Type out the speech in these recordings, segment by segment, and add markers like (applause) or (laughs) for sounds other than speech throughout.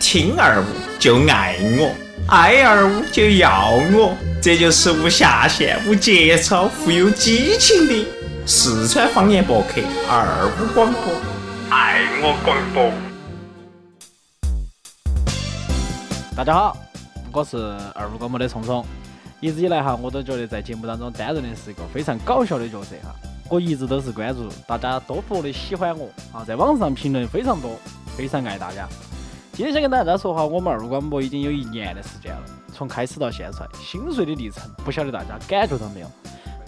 亲二五就爱我，爱二五就要我，这就是无下限、无节操、富有激情的四川方言博客二五广播，爱我广播。大家好，我是二五广播的聪聪。一直以来哈，我都觉得在节目当中担任的是一个非常搞笑的角色哈。我一直都是关注大家多多的喜欢我啊，在网上评论非常多，非常爱大家。今天想跟大家说哈，我们二五广播已经有一年的时间了，从开始到现在，心碎的历程，不晓得大家感觉到没有？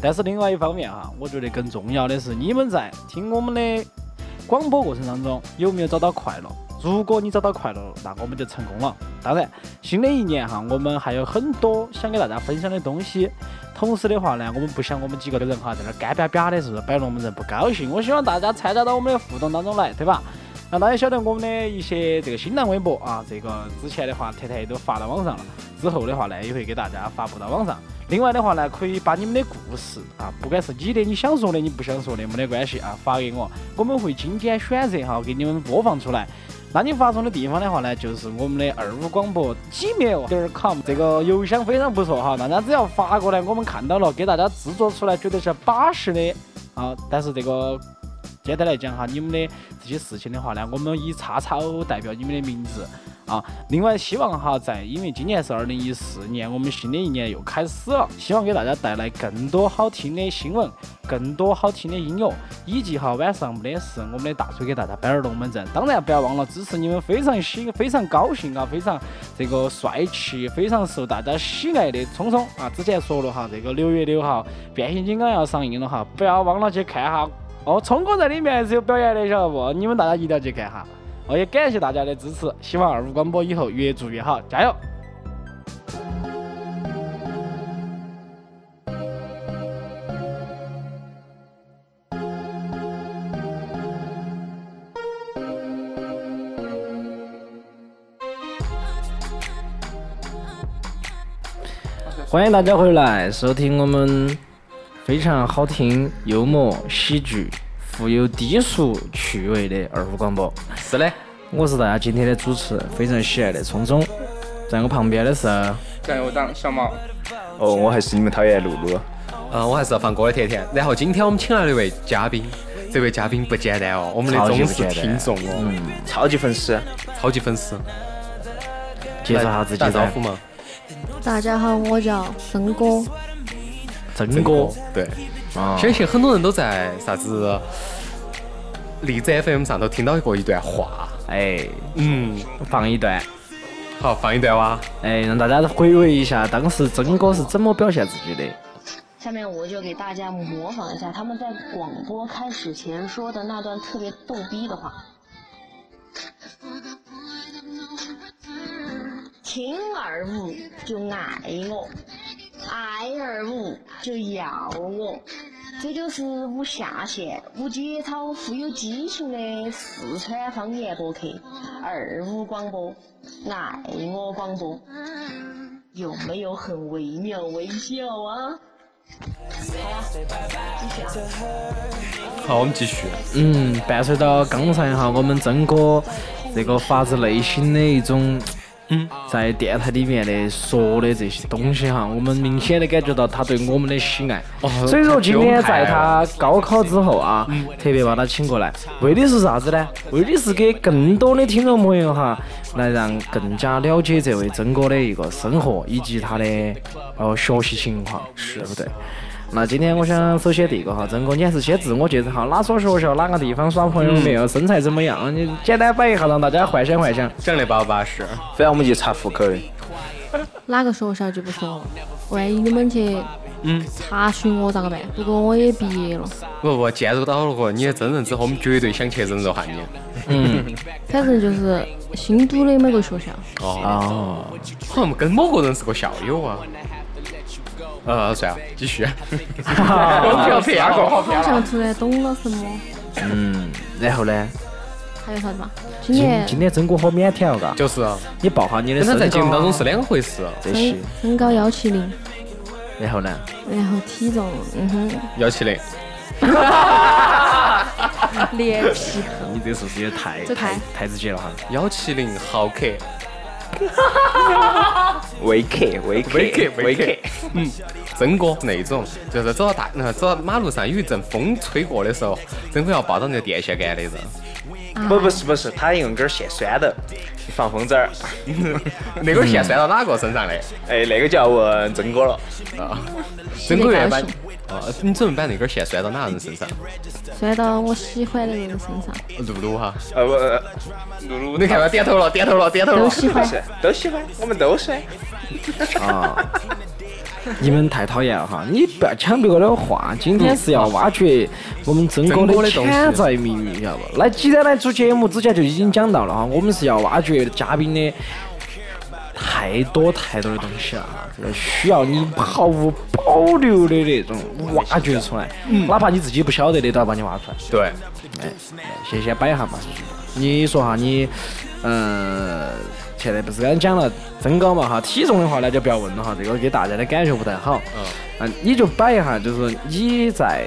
但是另外一方面哈，我觉得更重要的是你们在听我们的广播过程当中有没有找到快乐？如果你找到快乐了，那我们就成功了。当然，新的一年哈，我们还有很多想给大家分享的东西。同时的话呢，我们不想我们几个的人哈在那儿干巴巴的，是不是摆龙门阵不高兴？我希望大家参加到我们的互动当中来，对吧？让大家晓得我们的一些这个新浪微博啊，这个之前的话特特都发到网上了，之后的话呢也会给大家发布到网上。另外的话呢，可以把你们的故事啊，不管是你的你想说的，你不想说的，没得关系啊，发给我，我们会精简选择哈，给你们播放出来。那你发送的地方的话呢，就是我们的二五广播 gmail 点 com 这个邮箱非常不错哈，大家只要发过来，我们看到了，给大家制作出来，觉得是巴适的啊。但是这个简单来讲哈，你们的这些事情的话呢，我们以叉叉 O 代表你们的名字啊。另外，希望哈，在因为今年是二零一四年，我们新的一年又开始了，希望给大家带来更多好听的新闻，更多好听的音乐，以及哈晚上没得事，我们的大锤给大家摆点儿龙门阵。当然，不要忘了支持你们非常喜、非常高兴啊，非常这个帅气、非常受大家喜爱的聪聪啊。之前说了哈，这个六月六号变形金刚要上映了哈，不要忘了去看哈。哦，聪哥在里面还是有表演的，晓得不？你们大家一定要去看哈。哦，也感谢大家的支持，希望二五广播以后越做越好，加油！欢迎大家回来收听我们非常好听、幽默、喜剧、富有低俗趣味的二五广播。是的，我是大家今天的主持人，非常喜爱的聪聪，在我旁边的是酱油党小毛，哦，我还是你们讨厌的露露。呃，我还是要放歌的甜甜。然后今天我们请来了一位嘉宾，这位嘉宾不简单哦，我们的忠实听众嗯哦，超级粉丝，超级粉丝。介绍下自己打招噻呼，嘛？大家好，我叫曾哥，曾哥。对，啊相信很多人都在啥子荔枝 FM 上头听到过一段话，哎，嗯，放一段，好，放一段嗯哇。哎，让大家回味一下当时曾哥是怎么表现自己的。下面我就给大家模仿一下他们在广播开始前说的那段特别逗逼的话。听二五就爱我，爱二五就要我，这就是无下限、无节操、富有激情的四川方言博客二五广播，爱我广播，有没有很惟妙惟肖啊？好，我们继续。嗯，伴随到刚才哈，我们曾哥这个发自内心的一种，嗯，在电台里面的说的这些东西哈，我们明显的感觉到他对我们的喜爱。哦所以说今天在他他高考之后啊，特别把他请过来，为的是啥子呢？为的是给更多的听众朋友哈，来让更加了解这位曾哥的一个生活以及他的呃学习情况，是不对？那今天我想首先第一个哈，曾哥，你还是先自我介绍哈，哪所学校，哪个地方耍朋友没有，身材怎么样？你简单摆一下，让大家幻想幻想。讲得巴不巴适？反正我们就查户口的。哪个学校就不说了，万一你们去嗯查询我咋个办？如果我也毕业了，不不，见到到了你的真人之后，我们绝对想去人肉下你。反正就是新都的某个学校，哦，好像跟某个人是个校友啊。呃，算了，继 (laughs) 续。我不要骗啊个，好好像突然懂了什么。然后呢？还有啥子嘛？嗯今今年今天曾哥好腼腆哦，嘎，就是啊你报下你的跟他身在节目高当啊中是两回事。这些身，身高幺七零，然后呢？然后体重嗯哼，幺七零，脸皮厚，你这是不是也太这太太直接了哈？幺七零毫克，维 K 维 K 维 K， K，嗯，真哥那种，就是走到大，嗯走到马路上有一阵风吹过的时候，真哥要抱到那个电线杆的人，不不是不是，他用根线拴 (laughs) 到，放风筝儿。那根线拴到哪个身上的？哎，那个就要问曾哥了。啊，真哥原高把兴哦，你准备把那根线拴到哪个人身上？摔到我喜欢的人身上，露露哈，呃不呃，露露，你看吧，点头了，点头了，点头都了。喜不欢。是，都喜欢，我们都帅。你们太讨厌了哈！你不要抢别个的话，今天是要挖掘我们曾哥的潜在秘密，晓得不？来，既然来做节目之前就已经讲到了哈，我们是要挖掘嘉宾的太多太多的东西了哈，这个需要你毫无保留的那种挖掘出来，哪怕你自己不晓得的，都要帮你挖出来。对，先先摆一下嘛。你说哈，你嗯，现在不是刚讲了增高嘛哈，体重的话那就不要问了哈，这个给大家的感觉不太好。嗯，你就摆一下，就是你在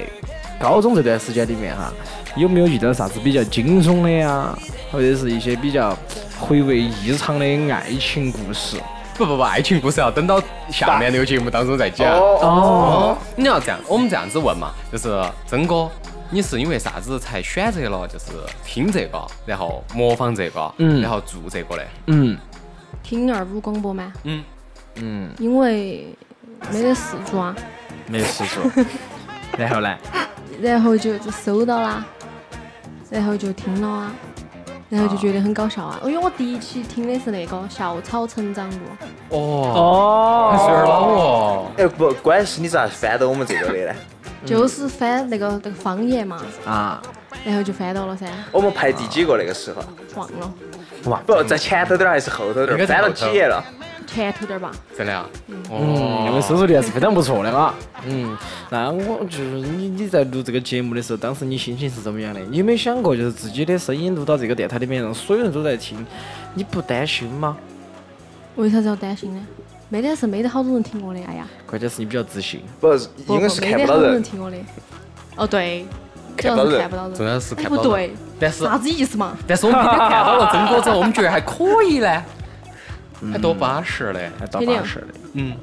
高中这段时间里面哈，有没有遇到啥子比较惊悚的呀，或者是一些比较回味异常的爱情故事？不不不，爱情故事要等到下面那个节目当中再讲。哦，你要这样，我们这样子问嘛，就是曾哥，你是因为啥子才选择了就是听这个，然后模仿这个，嗯然后做这个的？嗯，听二五广播吗？嗯嗯，因为没得事做啊，没有事 (laughs) 做。然后呢？然后就就收到啦，然后就听了啊，然后就觉得很搞笑啊。因为我第一期听的是那个《校草成长录哦，还哦，嗯是有点老哦。哎不，关键是你咋翻到我们这个的呢？》，就是翻那个那个方言嘛，啊，然后就翻到了噻，我们排第几个那个时候？忘了不，在前头点儿还是后头点应该是儿？翻后了头几页了？前头点儿吧。真的啊？嗯，因为收哦，视率还是非常不错的啊。嗯，那我就是你你在录这个节目的时候，当时你心情是怎么样的？你有没有想过，就是自己的声音录到这个电台里面，让所有人都在听，你不担心吗？为啥子要担心呢？没得是没得好多人听我的，哎呀，关键是你比较自信。不是，不应该不是没看得不好到多人人。听我的。哦，对，主看要不到是人看不到人，重要是看哎不不到人对，但是啥子意思嘛？但是我们今天看到了曾哥之后，我们觉得还可 (laughs) 以呢，还多巴适嘞。还到铁岭八十的嗯，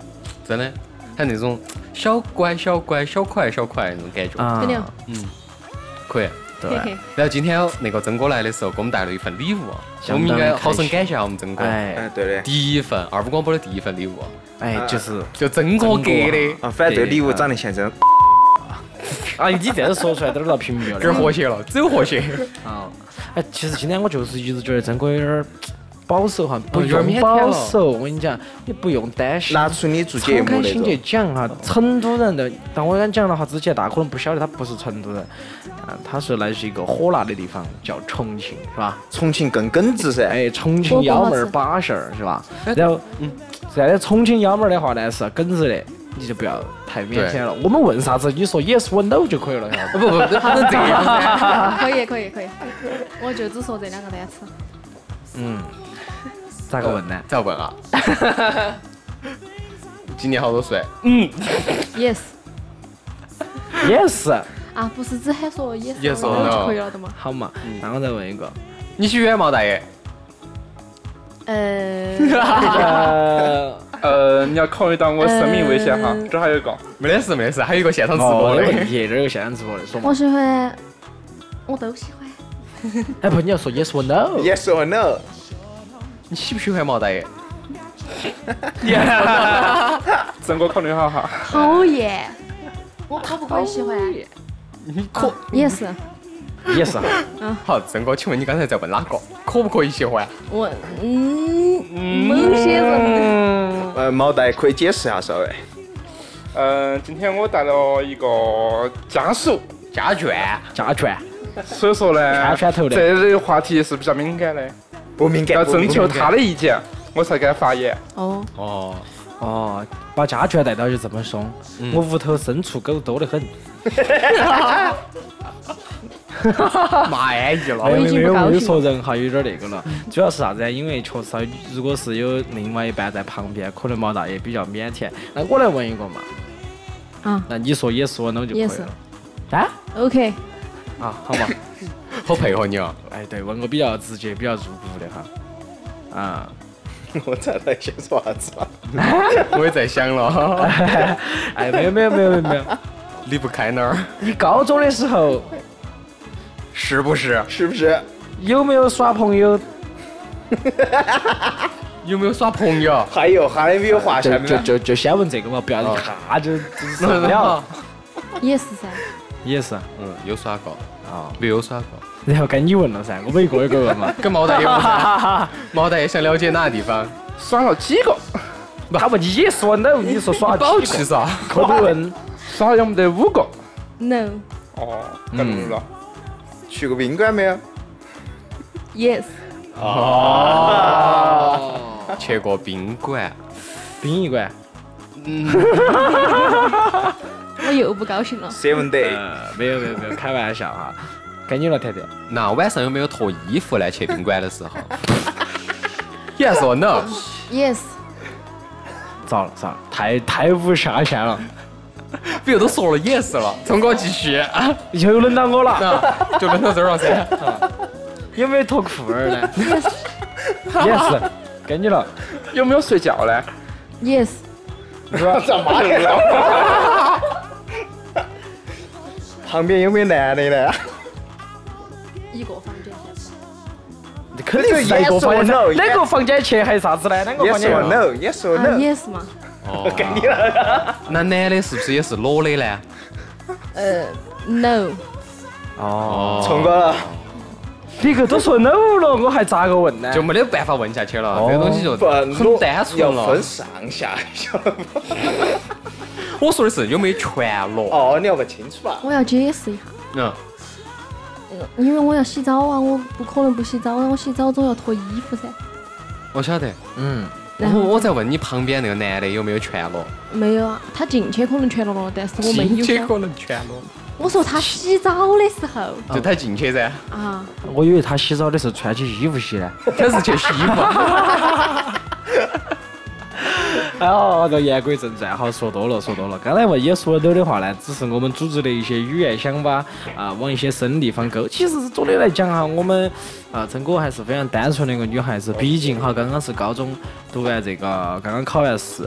真的，还有那种小乖小乖小快小快那种感觉，啊肯定，可以。嘿嘿对，。然后今天那个曾哥来的时候，给我们带了一份礼物，啊我相们当应该开好生心感谢下我们曾哥。哎嗯，对的。第一份二五广播的第一份礼物，啊哎，就是，就曾哥给的，啊，反正这礼物长得像真。哎，你这样说出来都儿到屏幕这儿了。和谐了，只有和谐。 (laughs) 啊，哎，其实今天我就是一直觉得真哥有点儿保守哈，不有点儿腼用腆保了守，我跟你讲，你不用担心。拿出你做超节目开那心去种，讲哈，啊成都人的，但我刚讲了哈，之前大家可能不晓得他不是成都人，啊，他是来自一个火辣的地方，叫重庆，是吧？重庆更耿直噻。哎，重庆幺妹儿巴适儿，是吧？然后，嗯，现在重庆幺妹儿的话呢是耿直的，你就不要太腼腆了。我们问啥子，你说 yes or no 就 (laughs) 可以了，晓得哦不不，不他能 (laughs) 这样子。啊可以可以可以，我就只说这两个单词。不咋个问呢？再问啊。今年好多岁？ Yes yes，啊，不是只喊说 yes Yes or or no no 就可以了的嘛？好嘛，那我再问一 (laughs) 个，你喜欢毛大爷？呃，哦呃，呃，你要考虑到我生命危险哈嗯，这还有一个，没得事没得事，还有一个现场直哦，播没的。问题，这儿有现场直播的，说嘛我。喜欢，我都喜欢。哎，不，你要说 yes or no。 Yes or no？你喜不喜欢毛大爷？整个考虑好哈。讨厌，我可不可以喜欢你可？Yes， yes 啊哈。好，曾哥，请问你刚才在问哪个？可不可以啊喜欢？我嗯，某些人呃，毛大爷可以解释一下稍微。嗯、今天我带了一个家属，家眷，加权。所以说圈呢，圈头的这类话题是比较敏感的，不敏感，要不敏征求感他的意见，我才敢发言。哦，哦，哦，把家眷带到就这么凶，我屋头牲畜狗多得很。骂安逸了。没有已没有经没不高有，我就兴说人哈有点那个了，主要是啥子呢？因为确实啊，如果是有另外一半在旁边，可能毛大爷比较腼腆。那我来问一个嘛，啊那你说也说那我就可以了。啊，OK，啊，好 (laughs) 嘛，好配合你哦。哎对，问个比较直接、比较入骨的哈。啊，我咋在想说啥 (laughs) 子啊？我也在想了，哎，没有没有没有没有没 (laughs) 有，离不开那儿，你高中的时候是不是？是不是？有没有耍朋友？有没有耍朋友？还有还没有画下就面就呢？就就先问这个嘛，不要一下就就受不了。也是噻，也是，嗯，有耍过，啊，没有耍过。然后该你问了噻，我们一个一个问嘛。跟毛大爷问噻， (laughs) 毛大爷想了解哪个地方？耍了几个？ (laughs) (laughs) 他问你说 no，你说耍宝几气个？噻，可不问，耍了要不得五个。 No. 哦，干么了？去过宾馆没有？ Yes. 去过宾馆，殡仪馆。我又不高兴了。 Seven Day，呃，没有没有没有，开玩笑哈。该你了，甜甜。那晚上有没有脱衣服呢？去宾馆的 (laughs) 时候？Yes or no？ Yes. 糟了糟了，太太无下限了，比如都说了 yes 了，聪哥继续， (laughs) 啊又轮到我了。那就轮到这儿了噻。 (laughs) 有没有脱裤儿 (laughs) 呢？Yes，该你了。嗯有没有睡觉呢？ Yes. 干嘛去了？ (laughs) 旁边有没有男的呢？一个房间。你肯定是在一个房间 Yes or no，噻，哪个房间去还啥子呢？哪个房 Yes 间 or no？Yes or 啊 Oh, no？ ，Yes 嘛。哦，给你了。那男的是不是也是裸的呢？呃，No。哦，聪哥了，别个都说 no 了，我还咋个问呢？就没得办法问下去了，这个东西就不，很单纯哦要了分。上下，晓得不？我说的是有没有全裸？哦，你要不清楚啊。我要解释一下，嗯，因为我要洗澡啊，我不可能不洗澡啊，我洗澡总要脱衣服噻。我晓得。嗯，然我后我在问你旁边那个男的有没有全裸？没有啊，他进去可能全裸了，但是我没有噻。能全裸，我说他洗澡的时候就他进去噻，啊，我以为他洗澡的时候穿起衣服洗 (laughs) 呢。他是去洗衣服。 (laughs) 哎呦，这言归正传，好说多了，说多了。刚才问也说了的话呢，只是我们组织的一些语言想法啊，往一些深地方勾。其实总的来讲哈，我们啊，曾哥还是非常单纯的一个女孩子，毕竟哈，刚刚是高中读完这个，刚刚考完试。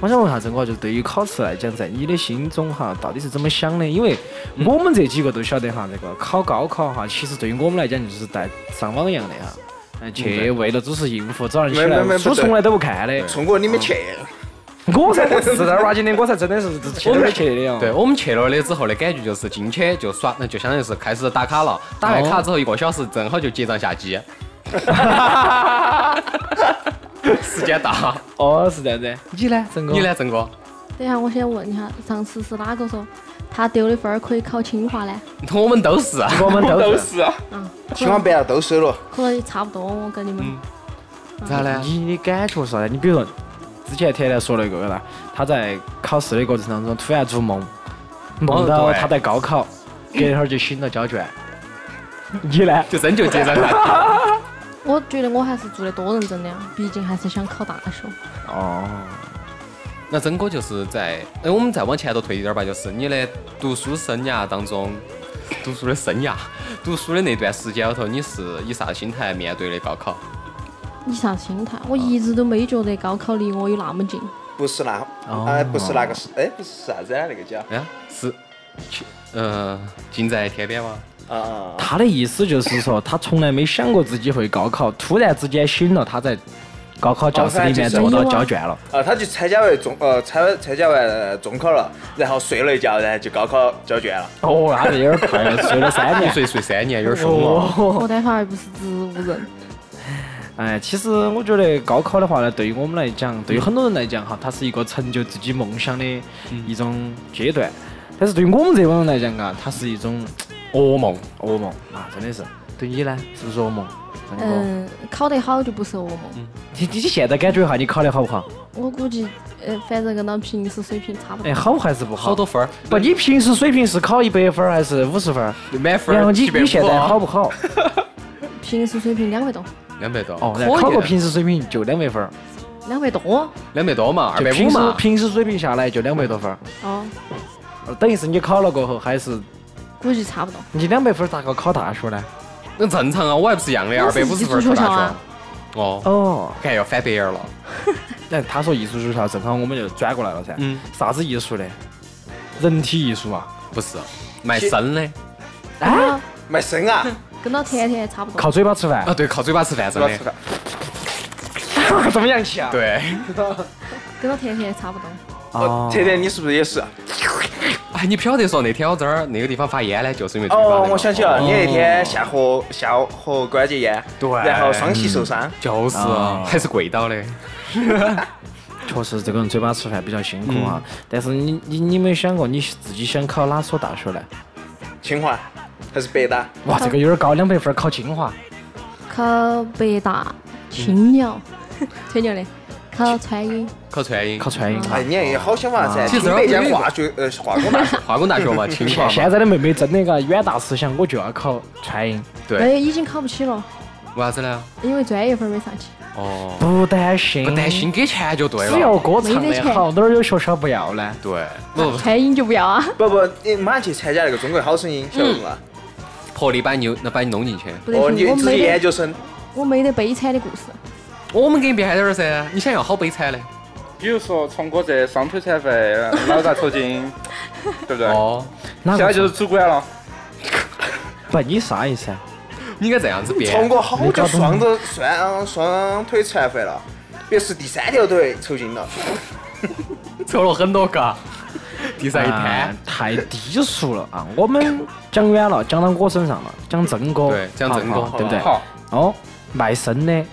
我想问下曾哥，就是对于考试来讲，在你的心中哈，到底是怎么想的？因为嗯我们这几个都晓得哈，这个考高考哈，其实对于我们来讲就是在上网一样的哈，嗯去为了只是应付，早上起没没来没书不对从来都不看的。聪哥，你没去？ (laughs) 我才不是正儿八经的，我才真的是去都没去的哦。对，我们去了的之后的感觉就是进去就耍，那就相当于是开始打卡了。打完卡之后一个小时正好就结账下 (laughs) 机。时间到，哦，是这样子。你呢，陈哥？你？呢，郑哥？等一下我先问一下，上次是哪个说他丢的分儿可以考清华呢？我们都是，我们都都是。是啊，啊，清华北大都收了，可能也差不多，我跟你们。咋呢？你的感觉是啥？你比如说，之前甜甜说了一个啦，他在考试的过程当中突然做梦，梦到对他在高考，隔一会儿就醒了交卷。你呢？就真就结账下机。我觉得我还是做的多认真的啊，毕竟还是想考大学。哦，那曾哥就是在，哎，我们再往前头推一点儿吧，就是你的读书生涯当中，读书的生涯， (laughs) 读书的那段时间里头，你是以啥心态面对的高考？以啥心态？我一直都没觉得高考离我有那么近。不是那，哦哎，不是那个，哎，不是啥子啊？那个叫哎呀，是，去呃，近在天边吗？啊啊，啊他的意思就是说，他从来没想过自己会高考，突然之间醒了，他在高考教室里面做到交卷了。啊，他去参加完中呃参参加完呃中考了，然后睡了一觉，然后就高考交卷了。哦，他这有点快了，睡了三一年。岁睡三年，有点凶哦。我单反而不是植物人，哎，其实我觉得高考的话呢，对于我们来讲，对于很多人来讲哈，它是一个成就自己梦想的嗯一种阶段。但是对于我们这帮人来讲啊，它是一种噩梦，噩梦啊，真的是。对你呢，是不是噩梦？张哥，嗯，考得好就不是噩梦。你你现在感觉一下，你考得好不好？我估计，呃，反正跟到平时水平差不多哎，。好还是不好？好多分儿，不，你平时水平是考一百分儿还是五十分儿？满分然后儿你七百你现在好五，不 (laughs) 好？平时水平两百多，两百多，哦，然后考可个以，啊平时水平就两百分儿，两百多两百多嘛，就二百五平时嘛，平时水平下来就两百多分儿，哦，嗯呃等于是你考了过后还是估计差不多。你两百分儿咋个考大学呢？那正常啊，我还不是一样的，二我百是五十寄宿分学考校大啊学。，哦，哦，看要翻白眼儿了。哎，他说艺术学校，正好我们就转过来了噻。嗯，啥子艺术呢？人体艺术啊嘛，不是，卖身的跟到卖身 (laughs) 啊，跟到甜甜差不多。靠嘴巴吃饭 (laughs) 啊，，对，靠嘴巴吃饭，真主要吃的。饭。这么洋气啊？对，跟到甜甜差不多。哦，甜甜你是不是也是？哎，你晓得说那天我这儿那个地方发烟呢，就是因为嘴巴那哦，个我想起了，你那天下颌下颌关节炎，对然后双膝受伤，就是哦还是跪倒的。确实这个人嘴巴吃饭比较辛苦哈。但是你你你没想过你自己想考哪所大学呢？清华还是北大？哇，这个有点高，两百分儿考清华。考北大、青 (laughs) 鸟，吹牛的。考川音，考川音，考川音啊。哎，你也好想嘛噻，其实听北京化学呃化工 (laughs) 大学，化工大学 (laughs) 嘛，清华现嘛，现在的妹妹真那个远大思想，我就要考川音，对，那哎已经考不起了，为啥子呢？因为专业分儿没上去。哦，不担心，不担心，给钱就对只要了。歌唱没得得钱好，哪儿有学校不要呢？对，不不哎川音就不要啊，不不，你马上去参加那个中国好声音，晓得不嘛？合力把你那把你弄进去。 (laughs) 不得哦，你行，我自己没研得究生，我没得悲惨的故事。我们给你编点儿噻，你想要好悲惨嘞？比如说从我这双腿残废，脑大抽 (laughs) 筋，对不对？哦，哪现个在就是主管了，不？你啥意思啊？你应该这样子从编。我好久双着双双腿残废了，别是第三条腿抽筋了。抽了很多个，地上一啊摊。太低俗了啊！我们讲远了，讲到我身上了，讲真歌，对讲真歌好不好对不对？好，哦，卖身的，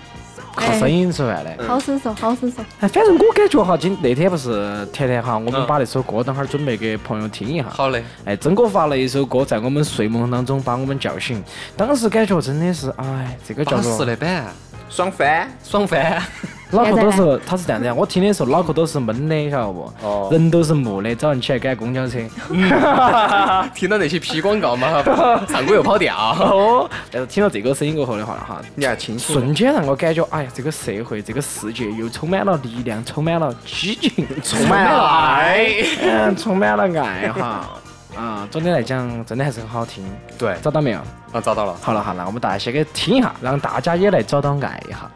靠声音吃饭的。嗯嗯好生受，好生受。哎，反正我感觉哈，今那天不是甜甜哈，我们嗯把那首歌等会儿准备给朋友听一下。好嘞，哎，曾哥发了一首歌，在我们睡梦当中把我们叫醒，当时感觉真的是，哎，这个叫巴适做的板，爽翻，爽翻。脑壳都是，他是这样的，我听的时候脑壳都是闷的，晓得不？哦人都是木的，早上起来赶公交车。 (laughs) 听到那些皮广告 (laughs) 嘛，唱歌又跑调。哦， (laughs) 但是听到这个声音过后的话哈，你还清楚？瞬间让我感觉，哎呀，这个社会，这个世界又充满了力量，充满了激情，充满了啊爱， (laughs) 嗯，充满了爱哈。 (laughs) 啊，总的来讲，真的还是很好听。对，找到没有？啊，找到了。好了好了，我们大家先给听一下，让大家也来找到爱一下。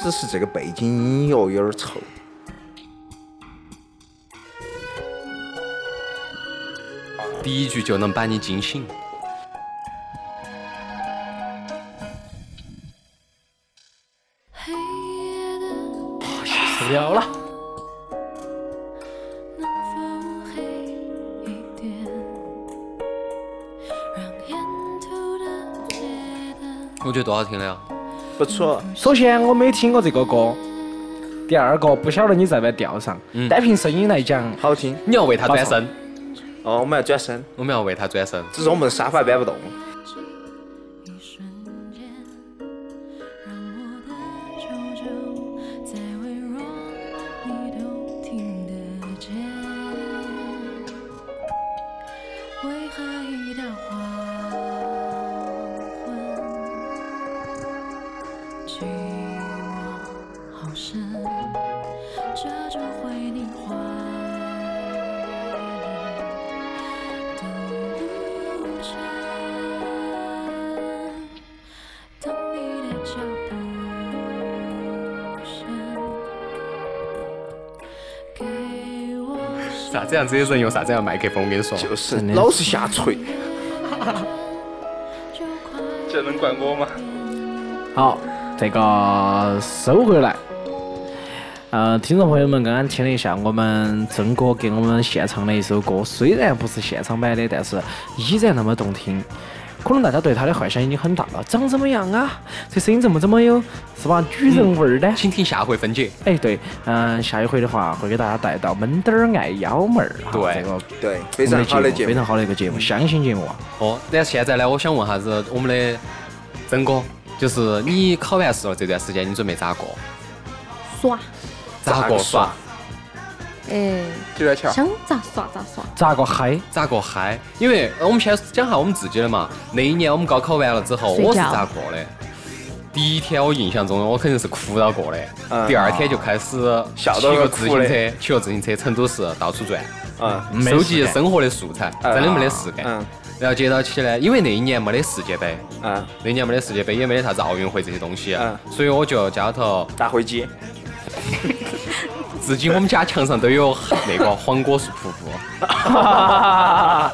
只是这个背景音乐有点臭。第一句就能把你惊醒。死掉了。我觉得多好听的呀！不错，首先我没听过这个歌，第二个不晓得你在不在调上，单凭声音来讲，好听。你要为他转身，哦，我们要转身，我们要为他转身。只是我们沙发搬不动。啥子样子的人用啥子样的麦克风，我跟你说，就是老是下垂，这能怪我吗？好，这个收回来。呃，听众朋友们，刚刚听了一下我们曾哥给我们献唱的一首歌，虽然不是现场版的，但是依然那么动听。可能大家对他的幻想已经很大了，长怎么样啊？这声音怎么这么有是吧？女人味儿呢？嗯请听下回分解。哎，对，嗯、下一回的话会给大家带到闷墩儿爱幺妹儿哈，对这个对，非常好我们的的非节目。嗯常好的一个节目，相亲节目啊。哦，但现在呢，我想问下子我们的曾哥，就是你考完试了这段时间，你准备咋过？耍，啊咋个耍？哎，就在啊桥。想咋耍咋耍。咋个嗨？咋个嗨？因为呃我们先讲下我们自己的嘛。那一年我们高考完了之后，睡觉我是咋过的？第一天我印象中我肯定是哭到过的，嗯第二天就开始笑骑到个要自哭行的车，骑个自行车成都市到处转，啊，没收事集干生活的素材，真的没得事干。嗯然后接到起呢，因为那一年没得世界杯，嗯，那一年没得世界杯，也没得啥子奥运会这些东西，啊嗯所以我就家头，打灰机， (laughs) 至今我们家墙上都有那个黄果树瀑布。 (laughs)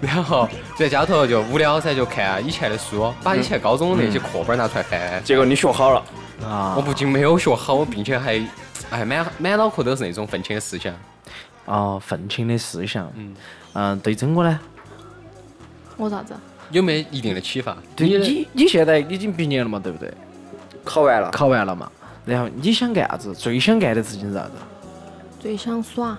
然后在家头就无聊噻，就看以前的书，把以前高中的那些课本拿出来翻。嗯结果你学好了，我不仅没有学好，并且还哎满满脑壳都是那种愤青的思想。哦，愤青的思想。嗯对真我呢？我咋子？有没有一定的启发？对你你现在已经毕业了嘛，对不对？考完了，考完了嘛，然后你想干啥子？最想干的事情是啥子？最想耍，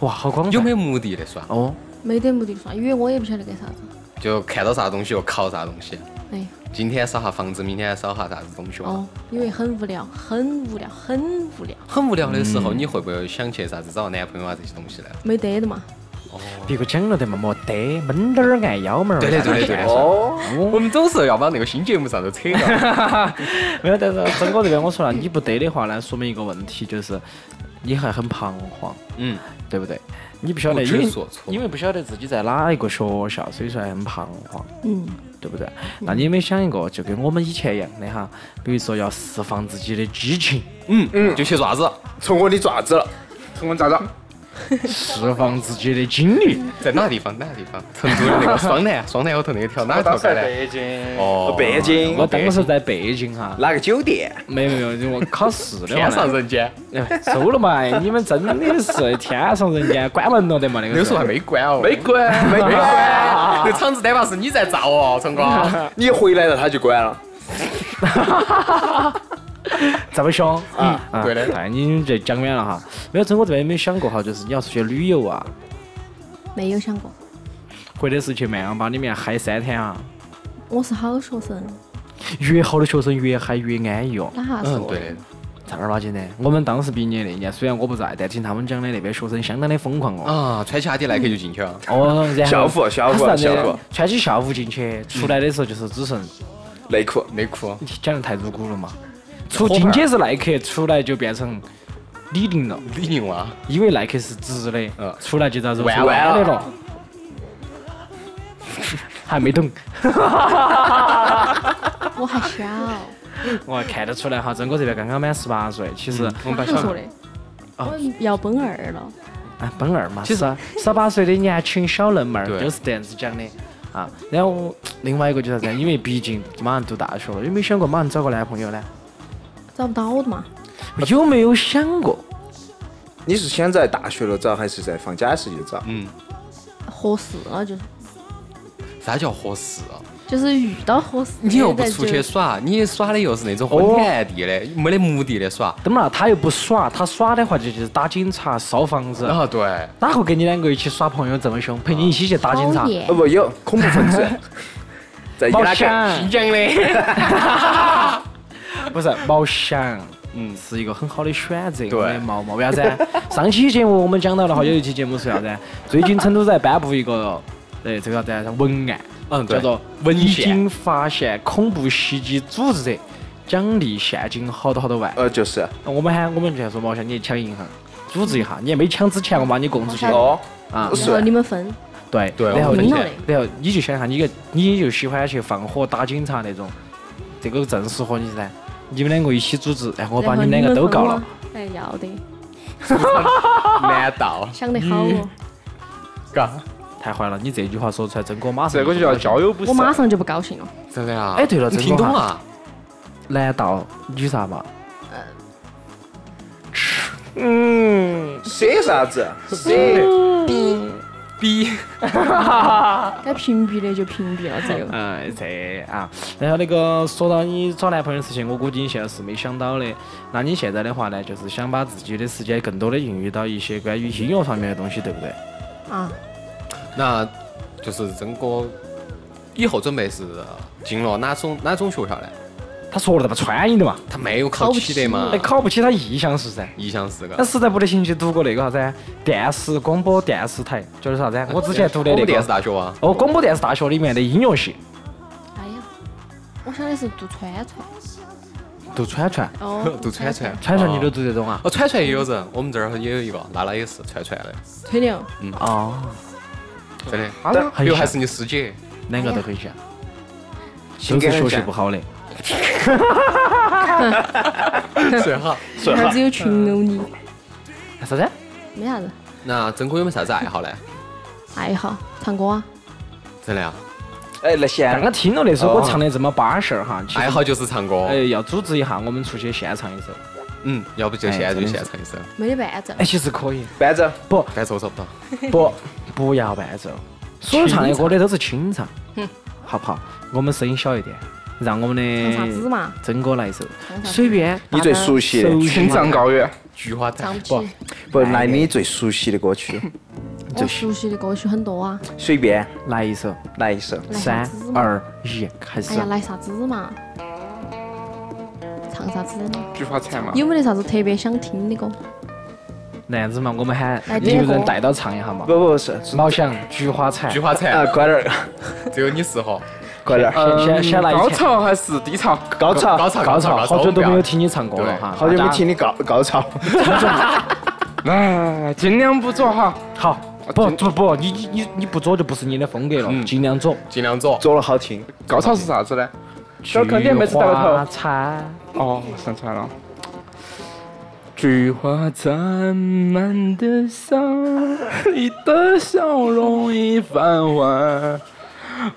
哇，好广泛。有没有目的的耍？哦，没得目的耍，因为我也不晓得干啥子。就看到啥东西就考啥东西。哎，今天扫下房子，明天扫下啥子东西哇？哦，因为很无聊，很无聊，很无聊，很无聊的时嗯候，你会不会想去啥子找男朋友啊这些东西呢？没得的嘛。别个讲了得嘛，没得闷墩儿按腰门儿。对的，对的，对的。哦，我们总是要把那个新节目上头扯到。 (laughs) 没有，但是真哥这边我说了，你不得的话呢，说明一个问题就是你还很彷徨， (laughs) 嗯，对不对？你不晓得，不因知为所措因为不晓得自己在哪一个学校，所以说还很彷徨，嗯，对不对？那你有没有想一个，就跟我们以前一样的哈，比如说要释放自己的激情，嗯嗯，就去爪子，从我的爪子了，成功咋着？释放自己的精力，在哪个地方？哪个地方？成都的那个双南，双南后头那个条哪我个当条时在街呢？哦，北京，北京我当时在北京哈，哪个酒店？没有没有，因为我 (laughs) 考试的话天呢上人间，哎收了嘛，哎你们真的是天上人间关门了的嘛那那个时时候候还。没关哦，没关，没关， (laughs) 那厂子单把是你在造哦，聪 (laughs) 哥。你一回来了他就关了。这么凶啊嗯对的哎，你这讲远了哈。没有，真我这边有没有想过哈，就是你要出去旅游啊，没有想过，或者是去曼阳吧里面嗨三天啊，我是好学生，越好的学生越嗨越安逸哦。哪哈是嗯，我的？对的。正儿八经的，我们当时毕业那年，虽然我不在，但听他们讲的那边学生相当的疯狂哦。啊，穿起阿迪耐克就进去啊了。哦，然后校服校服他是这样校的服，穿起校服进去，出来的时候就是只剩内裤，内裤，讲的太入骨了嘛。出进去是耐克，出来就变成李宁了，李宁哇，因为耐克是直的，嗯出来就叫做弯弯的了。 (laughs) 还没懂，我还小，我看得出来哈，曾哥这边刚刚满十八岁，其实我们哪把哈小说的？我要奔二了，啊，奔二嘛，其实十八岁的年轻小嫩妹儿对就是这样子讲的啊。然后另外一个就是啥子，因为毕竟马上读大学了，有没有想过马上找个男朋友呢？找不到的嘛。有没有想过？你是想在大学了找，还是在放假时就找？嗯，合适了就是，啥叫合适啊？就是遇到合适的你又不人出就去耍，你耍的又是那种昏天暗地的，没得目的的耍。怎么了？他又不耍，他耍的话就就是打警察、烧房子，啊，对，哪个跟你两个一起耍朋友这么凶？陪你一起去打警察讨？哦厌，不，有恐怖分子， (laughs) 在毛雅翔干，疆的。 (laughs) 不是毛翔，嗯，是一个很好的选择。我对的毛毛，为啥子？上期节目我们讲到了哈，有一期节目是啥 (laughs) 子？最近成都在颁布一个，呃，这个啥子文案，嗯，对叫。做文已献经发现恐怖袭击组织者，奖励现金好多好多万。呃，就是我们喊我们就说毛翔，你去抢银行，组织一下，你还没抢之前，我把你供出去。哦，啊，然后你们分，对对然后我你们理领导解的，然后你就想一下，你个你就喜欢去放火打警察那种，这个正适合你噻。你们两个一起组织，然哎后我把然后你们两个分都我告了。。哎，要得，难道？想得好哦，嘎，太坏了！你这句话说出来，真哥马上这个就叫交友不我慎。马上就不高兴了。真的啊？哎对了你真听的懂哈了？难道你啥嘛？写啥子？逼，该屏蔽的就屏蔽了，这个哎，这啊，然后那个说到你找男朋友的事情，我估计你现在是没想到的。那你现在的话呢，就是想把自己的时间更多的孕育到一些关于音乐方面的东西，对不对？啊，那就是真哥以后准备是进了哪种哪种学校呢？他说了他妈川音的嘛，他没有考起的嘛那？考不起他意向是噻。一向是那个。实在不得行去读个那个啥子电视广播电视台，就是啥子啊？我之前读的那广播电视个大学啊，，哦，广播电视大学里面的音乐系哎呀，我晓得是读川川，读川川，哦读川川，川川你都读得懂啊？啊哦，川川也有人，我们这儿也有一个，娜娜也是川川的，吹牛，哦，真的。但又还是你师 (laughs) 姐，两个都很像，哎都是学习不好的。最好。这儿只有群殴你，哎啥子？没啥子那真哥有没有啥子爱好呢？爱好，唱歌啊，真的啊，哎，那现刚刚听了那首歌唱的这么巴适儿哈，其实爱好就是唱歌哎。要组织一下，我们出去现唱一首。嗯，要不就现在哎就真的现是场一首，没得伴奏哎，，其实可以，伴奏，伴奏找不到。不不要伴奏，所有唱的歌的都是清唱，好不好？我们声音小一点，让我们唱啥子的嘛，曾哥来一首，唱啥 (laughs) 子随便你最熟悉的手，青藏高原，菊花唱台不起。不，来你最熟悉的歌曲，我熟悉的歌曲很多啊，随便来一首，来一首。来三啥子嘛？二一，开哎始呀，。来啥子嘛？唱啥子嘛？菊花残嘛。有没得啥子特别想听的歌？那样子嘛，我们喊来你有点歌人带到唱一下嘛。不不是，是老想菊花残菊，花啊残，，快点儿，只有你适合。快点儿，嗯先先先来一高条潮还是低潮？高潮，高潮，高潮，潮，高好久都没有，我们听你唱歌了对哈，好久大没家听。你高高潮。哎，尽量不做哈。好，啊不不不，你你你你不做就不是你的风格了，嗯尽量做。不要尽量做。做了好听，高潮是啥子呢？菊小坑爹妹子带个头花残，哦，想起来了。菊花残满的伤， (laughs) 你的笑容已泛黄。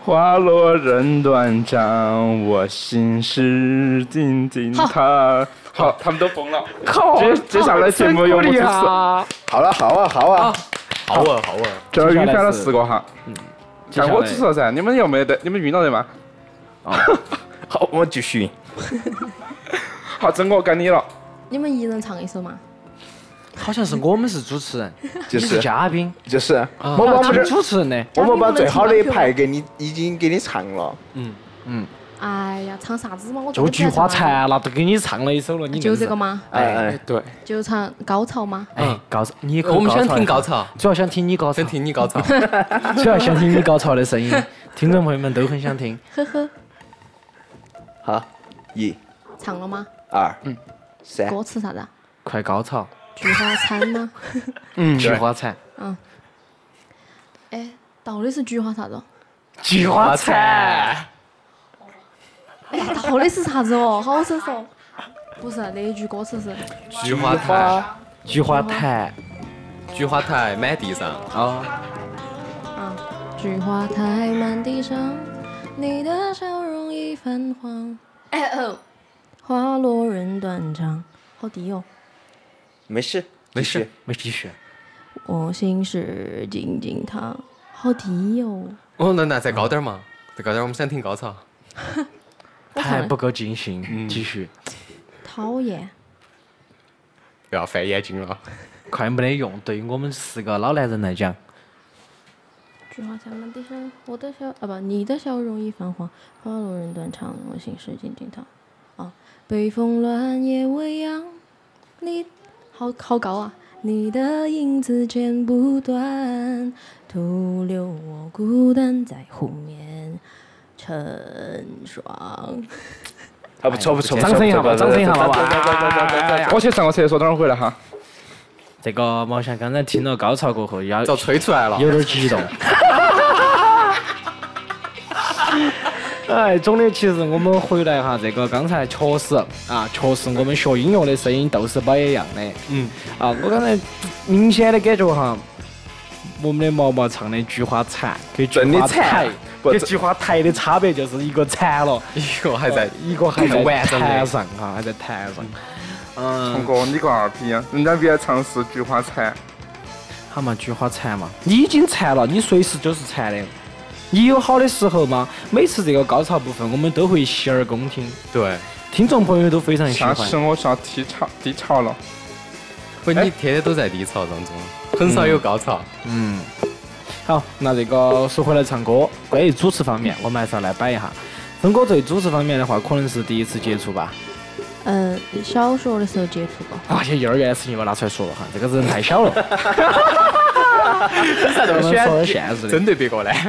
花落人断肠，我心事静静躺。好，他们都疯了。靠接接下来节目又不出事。好了，好啊，好啊，好稳，好稳。这儿晕翻了四个哈。接下但来我只说噻，你们有没有得？你们晕到的吗？好，我们继续。好，真我该你了。你们一人唱一首嘛？好像是我们是主持人， (laughs) 就你是是嘉宾，就是，我我把我们听这，主持人的。我们把最好的一嘉排宾给你，已经给你唱了。哎呀，唱啥子嘛？我就菊花，残了，都给你唱了一首了，你就硬是这个？吗？哎哎，对，就唱高潮吗？哎，高潮，你也可以我们想听高高潮 (laughs) 一潮，下，主要想听你高潮想，听你高潮。主要想听你高潮的声音， (laughs) 听众朋友们都很想听。呵呵，好，一唱了吗？二三，歌词啥子啊？快高潮，菊花残吗？ (laughs) 嗯菊花残，哎，到底是菊花啥子哦？菊花残，哎，到底是啥子哦？好生说。不是那一句歌词是菊花台，菊花残，菊花台满地上。啊，菊花台满地伤，你的笑容已泛黄。哎哦，花落人断肠，好低哦。没事，没事，没继续。我心事静静躺，好低哦。哦，那那再高点儿嘛，再高点儿，我们想听高潮。我太看不够尽嗯兴，继续，讨厌，不要翻眼睛了。快没得用。对于我们四个老男人来讲，菊花残满地伤，我的笑啊不，你的笑容已泛黄，花落人断肠，我心事静静躺。啊，北风乱夜未央，你好好高啊！你的影子剪不断，徒留我孤单在湖面成双。啊，不错不错，哎不错掌声一下吧，掌声一下吧。不错不错不错不错不错哇哎我去上个厕所，等会儿回来哈。这个毛翔刚才听了高潮过后，要遭吹出来 (laughs) 了。有点激动。 (laughs) 哎，总的其实我们回来哈，这个刚才确实啊，确实我们学音乐的声音豆是不一样的。嗯。啊，我刚才明显的感觉哈，我们的毛毛唱的《菊花残》跟《菊真的花残台》不跟《这菊花台》的差别就是一个残了，一个还在，一个还在完整的台上啊哈，还在台上。聪哥，你个二逼，啊人家比较尝试菊花残。好嘛，菊花残嘛，你已经残了，你随时就是残的。你有好的时候吗？每次这个高潮部分，我们都会洗耳恭听，对。听众朋友都非常喜下欢。次我上低潮低潮了。不，你天天都在低潮当中，很少有高潮。好，那这个说回来唱歌，关于主持方面，我们还是要来摆一下。曾哥对主持方面的话，可能是第一次接触吧。嗯，小学的时候接触过，啊，些幼儿园的事情不要拿出来说了哈，这个人太小了。啥我们说点现实的。针对别个呢？ (laughs)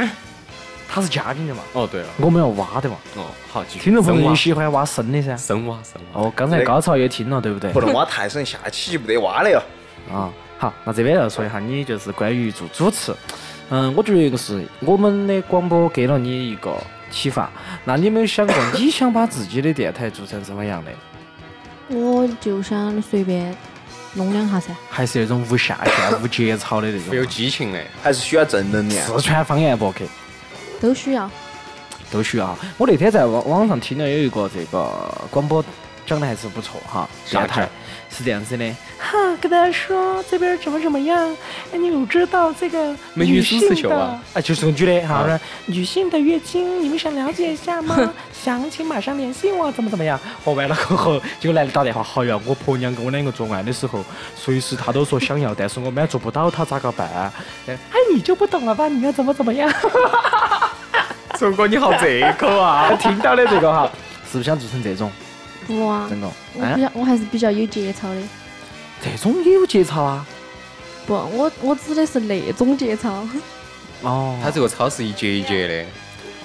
他是嘉宾的嘛，嗯哦，对了，我们要挖的嘛。哦，好，继续。听众朋友，你深喜欢挖深的噻挖，？深挖，深挖。哦，刚才高潮也听了，对不对？不能挖太深，下期没得挖了哟。啊，好，那这边要说一下你就是关于做主持，嗯，我觉得一个是我们的广播给了你一个启发，那你有没有想过你想把自己的电台做成什么样的？哦我就想随便弄两下噻。还是那种无下限、无节操的那 (laughs) 没种？有哦激情嘞，还是需要正能量。四川方言博客都需要。都需要哈。我那天在网网上听了有一个这个广播讲的还是不错哈，电台是这样子的，哈，跟大家说这边怎么怎么样，哎，你有知道这个美女主持秀啊，哎，就是个女的哈，啊说女性的月经，你们想了解一下吗？详情马上联系我，怎么怎么样？哦，完了过后，结果男的打电话，好呀，我婆娘跟我两个做爱的时候，随时她都说想要，但是我满足不到她，咋个办？哎，你就不懂了吧？你要怎么怎么样？周哥你好这个啊！听到的这个哈，是不是想做成这种？不啊，的，我哎比，较我还是比较有节操的。这种也有节操啊？不，我我指的是那种节操。哦，它这个操是一节一节的，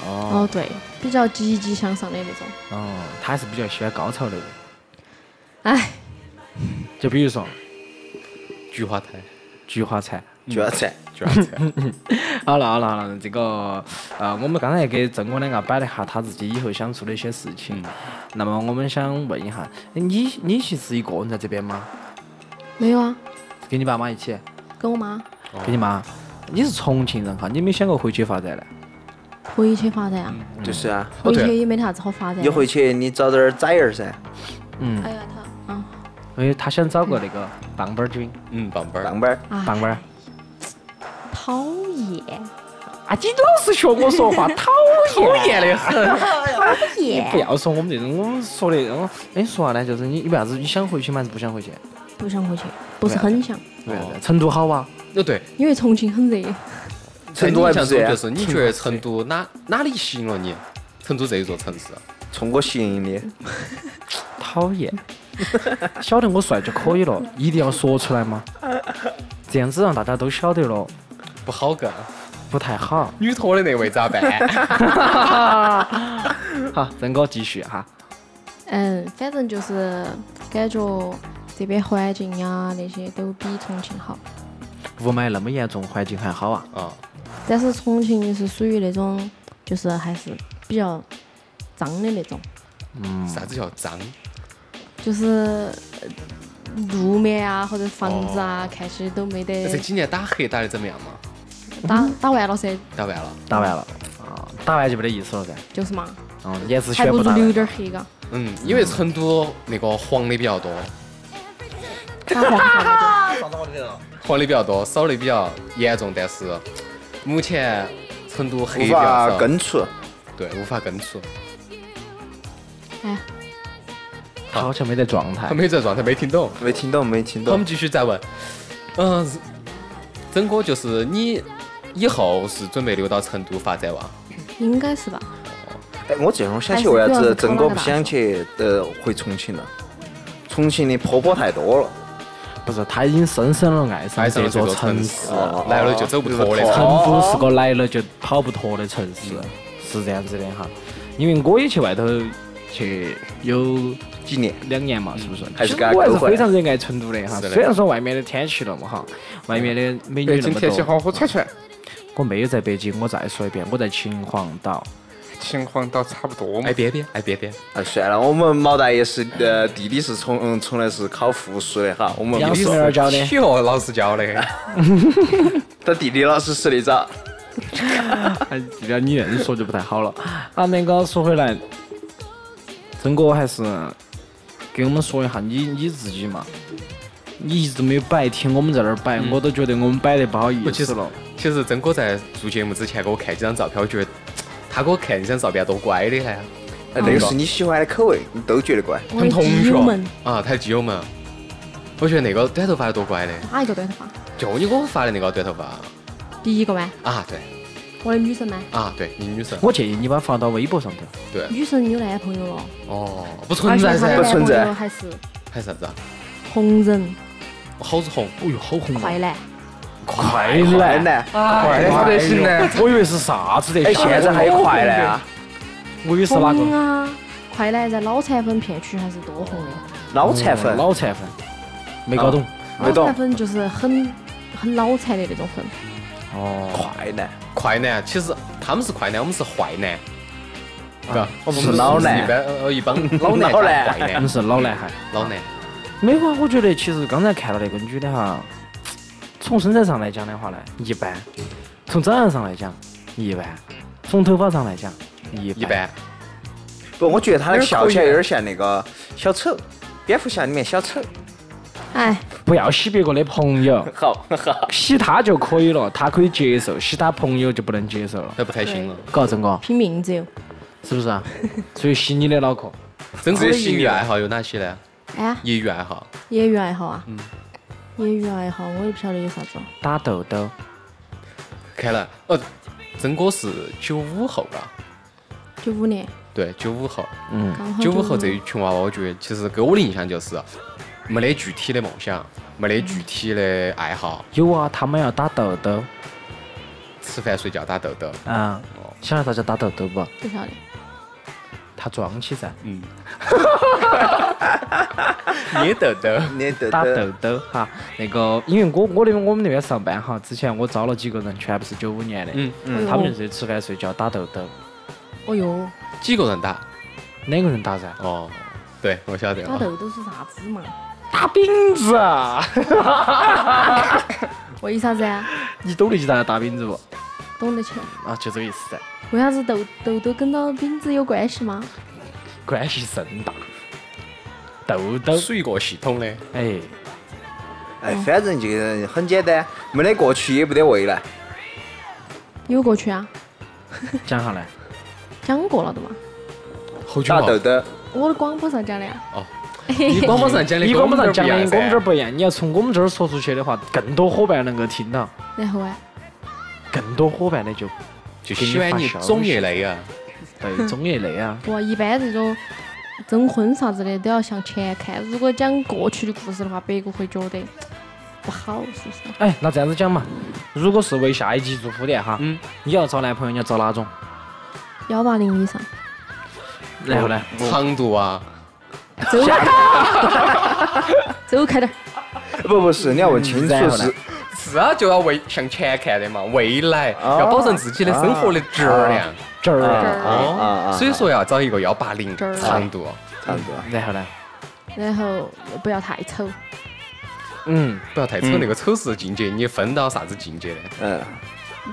哦哦，对，比较积极向上的那种。哦，他还是比较喜欢高潮类的，哎，就比如说菊花台，菊花残。嗯就要这，菊花台，好了好了好了，这个呃，我们刚才给郑哥两个摆了一下他自己以后想做的一些事情。那么我们想问一下，哎你你其实一个人在这边吗？没有啊，跟你爸妈一起？跟我妈跟你妈？你是重庆人哈，你有没有想过回去发展呢？回去发展啊，就是啊。回去也没得啥子好发展你的。回去你找点儿崽儿噻，嗯，哎呀，他啊因为他想找个那个棒棒儿君，嗯，棒棒儿。上班儿。啊，棒棒儿。讨厌，啊，你老是学我说话，讨厌讨厌的很。讨不厌，要说我们这种，我们说的，嗯，哎，说啥呢？就是你，你为啥子你想回去吗？还是不想回去？不想回去，不是很想，为啥子？成都好啊，哦，对，因为重庆很热。成都还不像是说啊就，是你觉得成都哪哪里吸引了你？成都这一座城市，啊冲我吸引的，讨厌。晓得我帅就可以了，一定要说出来吗？这样子让大家都晓得了，不好干。不太好。女托的那位咋 (laughs) 办？好，真哥继续哈。嗯，反正就是感觉这边环境呀那些都比重庆好，雾霾那么严重，环境还好啊。啊，但是重庆是属于那种就是还是比较脏的那种，啥子叫脏？就是呃路面啊或者房子啊、哦看起都没得这几年打黑打的怎么样嘛？打打完了噻，打完了，打完了啊，打完就没得意思了噻。就是嘛，嗯，也是还选不如打留完。点儿黑嘎，嗯，因为成都那个黄的比较多，打黄啥的黄的比较多，少的比较严重，但是目前成都黑无比较法少，根除。对，无法根除，就，哎，好像没得状态他。没这状态没听懂。没听懂，没听好我懂们。继续再问，嗯、曾哥就是你以后是准备留到成都发展哇？应该是吧？哎，我这种想起为啥还是主要子是郑考哥那个不大想去呃回重庆了？重庆的坡坡太多了。不是，他已经深深的爱上爱上这了这座座城城市市。哦来了就走不脱的成城哦都是个来了就跑不脱的城市，是这样子的哈。因为我也去外头去有几年，两年嘛，是不是？嗯还是其给实他啊我还勾是回非来常热爱成都的哈。是的虽然说外面的天气那么好，外面的美北女那京么哎天气多，好好穿穿，我没有在北京。我再说一遍，我在秦皇岛。情况倒差不多嘛爱。边边，爱边边，啊，算了，我们毛大爷是呃地理是从嗯从来是考复数的哈，我们杨树苗教的体育老师教的，他地理老师是那咋？哎，这边你硬说就不太好了。啊，那个说回来，曾哥还是给我们说一下你你自己嘛。你一直都没有摆，听我们在那儿摆，我都觉得我们摆得不好意不其思实了。其实曾哥在做节目之前给我看几张照片，我觉得他给我看几张照片多乖的呢。哎那个是你喜欢的口味，你都觉得乖。我的基友们啊，他的基友们，我觉得那个短头发的多乖的，啊哪一个短头发？就你给我发的那个短头发第一个吗？啊，对我的女神吗？啊，对你女神，我建议你把它发到微博上头。对女神有男朋友了，哦，不存而且在她噻的，不男存朋在友还是还啥子啊？红人好红，啊哎呦，好红快男，快嗯来！呢，快快点得行来呢。我以为是啥子的，哎，现在还有快来啊！我嗯以为是哪红个？啊！快来，在脑残粉片区还是多红的。脑残粉，脑残粉，没搞懂。没脑懂残粉就是很很脑残的那种粉，快男，快男，其实他们是快男，我们是坏男，嘎，我们是老一男，般呃一般 (laughs) 老男老加男坏我们男，是老男孩。老男。没有啊，我觉得其实刚才看到那个女的哈，从身材上来讲的话呢，一般；从长相上来讲，一般；从头发上来讲，一一般，不，我觉得他的笑起来有点像那个小丑，蝙蝠侠里面小丑。哎，不要洗别个的朋友，好，洗他就可以了，他可以接受；洗他朋友就不能接受了。那不太行了，搞郑哥，拼命只有。是不是啊？ (laughs) 所以洗你的脑壳，真正的兴趣爱好有哪些呢？哎呀，业余爱好，业余爱好啊，嗯业余爱好我也不晓得有啥子。打痘痘，看来呃，曾哥是九五后嘎，九五年，对，九五后，嗯，刚好九五95后这一群娃娃，我觉得其实给我的印象就是没得具体的梦想，没得具体的爱好，有啊，他们要打痘痘，吃饭睡觉打痘痘，嗯，晓得啥叫打痘痘不？不晓得。他装起噻，嗯，捏痘痘，你得打得痘痘哈。那个，因为我我那边我们那边上班哈，之前我招了几个人，全部是九五年的，嗯，哎呦他们就是吃饭睡觉打痘痘，哦哟，几个人打？两个人打噻，哦，对，我晓得打了。痘痘是啥子嘛？打饼子 (laughs) 啊！为啥子啊？你懂得起咋打饼子不？懂得起来。啊，就这个意思噻，为啥子痘痘痘跟到饼子有关系吗？关系甚大。痘痘，属于一哦个系统的，哎，哎，反正就很简单，没得过去也没得未来。有过去啊，讲下来，讲过了的嘛。好久打痘啊！痘，我的广播上讲的啊呀。哦， (laughs) 你广播上讲的，你跟跟我我们们这上讲儿的不跟我们这一样噻儿。不一样，你要从我们这儿说出去的话，更多伙伴能够听到，然后啊，更多伙伴呢就就喜欢你种业类啊， (laughs) 对综艺类啊。不，一般这种征婚啥子的都要向前看。如果讲过去的故事的话，别个会觉得不好，是不是？哎，那这样子讲嘛，如果是为下一集做铺垫哈，嗯，你要找男朋友，你要找哪种？幺八零以上，然后呢？长度啊，走， (laughs) 啊走开点儿。哎不不是，你要问清楚是是啊，就要为向前看的嘛，未来要保证自己的生活的质量。这儿啊，啊哦啊，所以说要找一个幺八零这儿啊长度，差不多。然后呢？然后不要太丑，嗯，不要太丑，那个丑是境界，你分到啥子境界呢？嗯，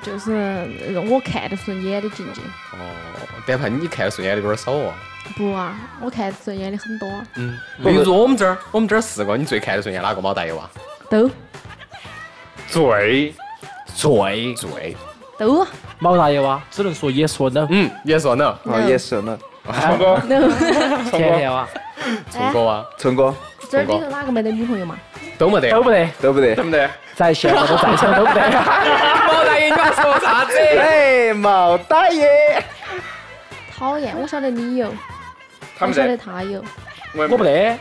就是让我看得顺眼的境界。哦，但怕你看顺眼的有点少哦。不啊，我看得顺眼的很多啊，嗯，比如说我们这儿，我们这儿四个，你最看得顺眼哪个毛大爷哇？都嘴，最最，都啊，毛大爷哇，只能说 yes or no。嗯，也说呢，哦，也是嗯呢。聪哥，聪甜哥，甜哇，聪哥啊，成哥这儿里头哪个没得女朋友嘛？都没得，都不得，对不对？不得。在线或者在场都不得。毛大爷，你还说啥子？哎，毛大爷，讨厌，我晓得你有，我他们晓得在，他有，我不得，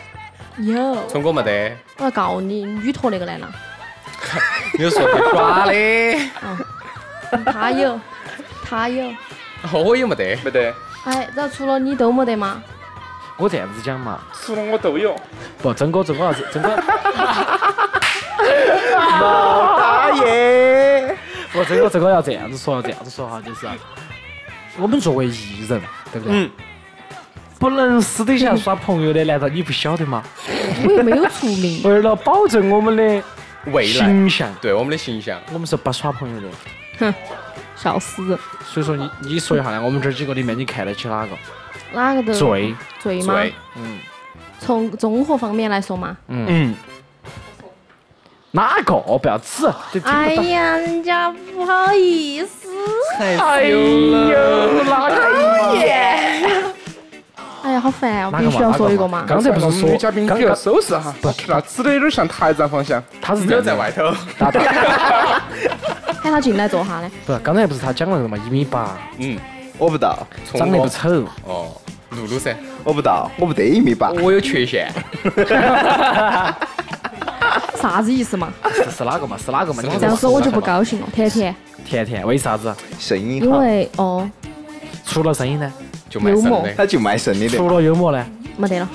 有，聪哥没得，我要告你，女托那个来了，你是说被耍的？ (laughs) 他有，他有，我也没得，没得，哎，然后除了你都没得吗？我这样子讲嘛，除了我都有。不，真哥，真哥，啊真哥，大爷，不，真哥，真哥要这样子说，要这样子说哈，就是啊我们作为艺人，对不对？嗯不能私底下耍朋友的，难道你不晓得吗？我又没有出 (laughs) 名，为了保证我们的未来，形象，对我们的形象，我们是不耍朋友的。笑死人，所以说你你说一下呢，我们这儿几个里面你看得起哪个？哪个都最醉吗？最，从综合方面来说嘛，嗯，哪个？哦不要指，这听不到。哎呀，人家不好意思，哎呦，哪个？哎呀，好烦啊，我哪必个须嘛哪要个说一个嘛嘛，刚才不是说女嘉宾刚需要收拾哈，不那指的有点像台长方向。他是没这有样在的外头， (laughs) 打打，喊哎他进来坐下呢，不是，刚才不是他讲了个嘛，一米八，嗯，我不到，聪长得哥不，丑，哦，露露噻，我不到，我不得一米八。我有缺陷，啥子意思嘛？这是哪个嘛？是哪个嘛？这样说我就不高兴了。甜甜，甜甜，为啥子？声音因好，为哦除了声音呢？就卖幽肾默的。他就卖肾的的。除了幽默呢？没得了，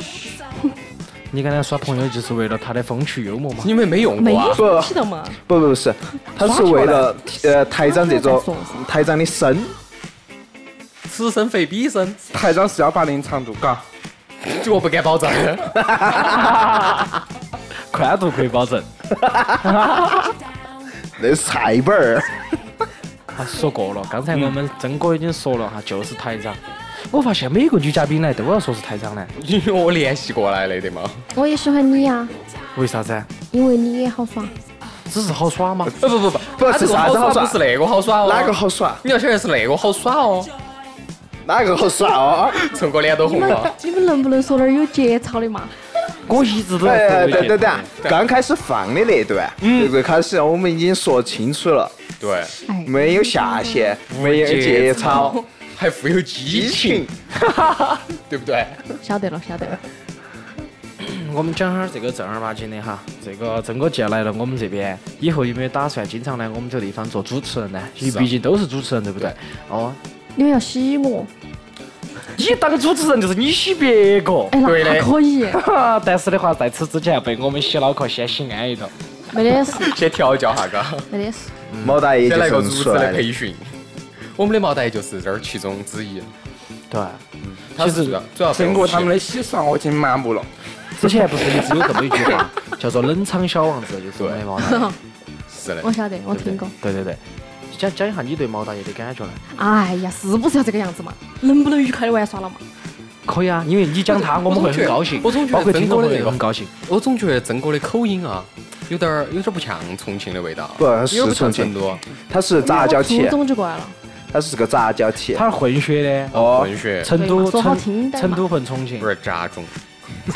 你跟他耍朋友就是为了他的风趣幽默嘛？你们没用没过啊？不屁的嘛。不不不是，他是为了呃台长这种耍起来台长的身，此生非彼生，台长是幺八零长度，嘎，我不敢保证。宽度可以保证。那是菜本儿。他说过了，刚才我们曾哥已经说了哈，就是台长。我发现每个女嘉宾来都要说是台长呢，因为我联系过来的的嘛，我也喜欢你呀、为啥子？因为你也好烦。只是好耍吗？不不不不他是啊这个啥子好好耍不是那个好耍哦。哪个？好耍？你要晓得是那个好耍哦。哪个好耍 (laughs) 哦？陈哥脸都红你们了。你们能不能说点有节操的嘛？我一直都在哎，等等等，刚开始放的那段，对不对？开始我们已经说清楚了，对，哎，没有下限，没有节操，还富有激激情，，情对不对？晓得了，晓得了。我们讲哈儿这个正儿八经的哈，这个曾哥既然来了我们这边，以后有没有打算经常来我们这个地方做主持人呢？因为毕竟都是主持人，对不对？哦，你们要洗我？你当主持人就是你洗别个， (laughs) 哎，对那的可以，但是的话，在此之前被我们洗脑壳先洗安逸了。没得事，先调教下嘎，没得事。毛大爷就先来个这主么持出来的的。培训。我们的毛大爷就是这儿其中之一，对，他是主要主要被经我过们他们的洗刷，我已经麻木了。之前不是一直有这么一句话，叫做“冷场小王子”，就是我们的毛大爷。是的我，晓得，我哦听过。对对对，讲讲一下你对毛大爷的感觉呢？哎呀，是不是要这个样子嘛？能不能愉快的玩耍了嘛？可以啊，因为你讲他，我们会很高兴，我总觉得包括听众曾哥的会那个很高兴。我总觉得曾哥的口音啊，有点儿有点儿不像重庆的味道，不是有点儿不像重庆成都他是杂交我体初，中就过来了，他是个杂交体。他是混血的，哦，混血，成对都嘛说好听成点嘛成都混重庆有，点杂种。 (laughs)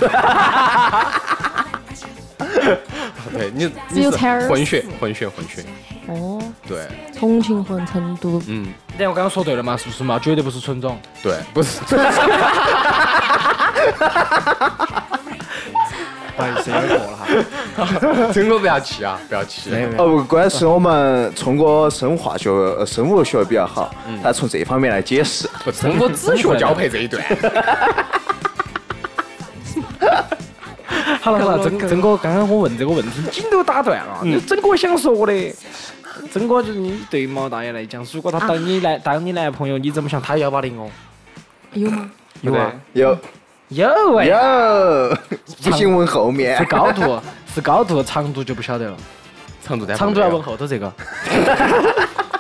对你，只你有是才儿混血子，混血，混血，哦，对，重庆混成都，嗯，但我刚刚说对了嘛，是不是嘛？绝对不是纯种。对，不是，哎，谁有点过了哈？曾哥不要气啊，不要气，没有没有，哦，不，关键是我们通过生化学、呃生物学比较好，他从这方面来解释。不，曾哥只学交配这一段，好了好了，曾曾哥，刚刚我问这个问题，紧都打断了。曾哥想说的，曾哥就是你对毛大爷来讲，如果他当你男当你男朋友，你怎么想？他幺八零哦，有吗？有啊，有有哎，有，不行问后面是。高度，是高度，长度就不晓得了， (laughs) 长度在长度要问后头这个。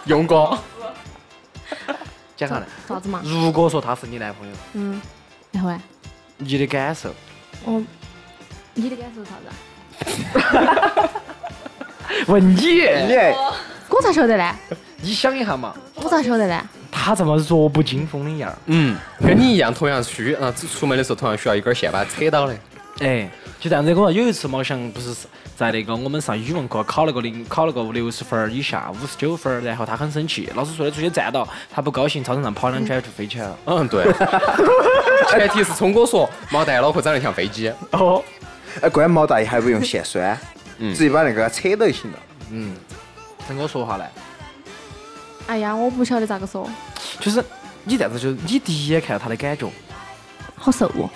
勇哥，讲下来，啥子嘛？如果说他是你男朋友，嗯，然后呢？你的感受？我，哦你的感受是啥子啊？问你，你我咋晓得呢？你想一下嘛，我咋晓得呢？他这么弱不禁风的样儿，嗯，跟你一样，同样需啊，出出门的时候同样需要一根线把它扯到的，哎，就这样子跟我有一次毛翔不是在那个我们上语文课考了个零，考了个六十分儿以下，五十九分儿，然后他很生气，老师说的出去站到，他不高兴，操场上跑两圈就飞起来了。嗯，对， (laughs) 前提是聪哥说毛蛋脑壳长得像飞机，哦， (laughs) 哎，关键毛大爷还不用线栓，直接把那个扯到就行了。跟我说话来，哎呀，我不晓得咋个说，就是你这样子，就是你第一眼看到他的感觉，好瘦哦。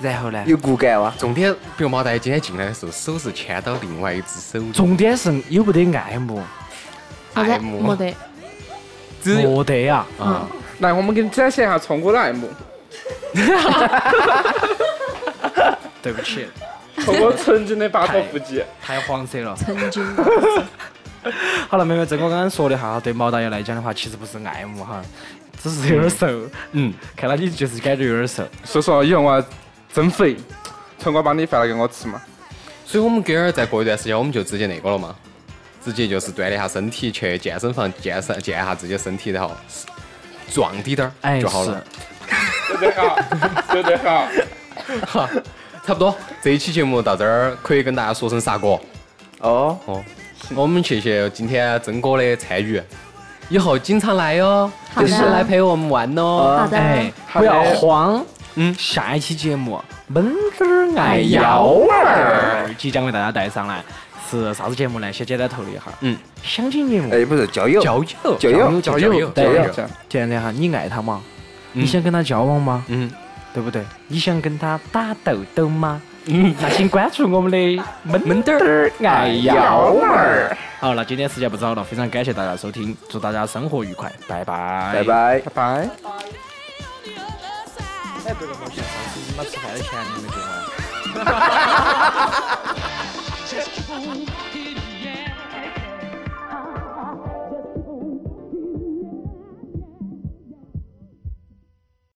然后呢，有骨感哇？重点，比如毛蛋今天进来的时候，手是牵到另外一只手的，重点是有没得爱慕，啥子爱啊？慕没 (laughs) 得。只有没得呀，啊，来，我们给你展现一下聪哥的爱慕。对不起，聪哥曾经的八头腹肌，太黄色了。曾经，好了，妹妹，这个我刚刚说的哈，对毛大爷来讲的话，其实不是爱慕哈，只是有点瘦。嗯，看到你就是感觉有点瘦。所以说以后我要增肥，聪哥把你饭来给我吃嘛。所以我们哥儿再过一段时间，我们就直接那个了嘛，直接就是锻炼一下身体，去健身房健身健一下自己的身体，然后壮滴点儿哎，就好是了，。对对好，对对好。哈， (laughs) 差不多，这一期节目到这儿可以跟大家说声啥个？哦，哦，我们谢谢今天曾哥的参与，以后经常来哟，好经的常来陪我们玩哦。啊好的，哎，好不的要慌，嗯下一期节目闷儿爱药味儿即将为大家带上来，是啥子节目呢？先简单透露一下，嗯，相亲节目。哎，不是交友，交友，交友，交友友，交对友这样的哈，你爱他吗？嗯你想跟他交往吗？嗯，对不对？你想跟他打豆豆吗？嗯，那请关注我们的哎闷闷墩儿爱幺儿。好，那今天时间不早了，非常感谢大家收听，祝大家生活愉快，拜拜，拜。拜。拜拜。哎，对了，我想上次你妈吃饭的钱你没给我。 Just keep on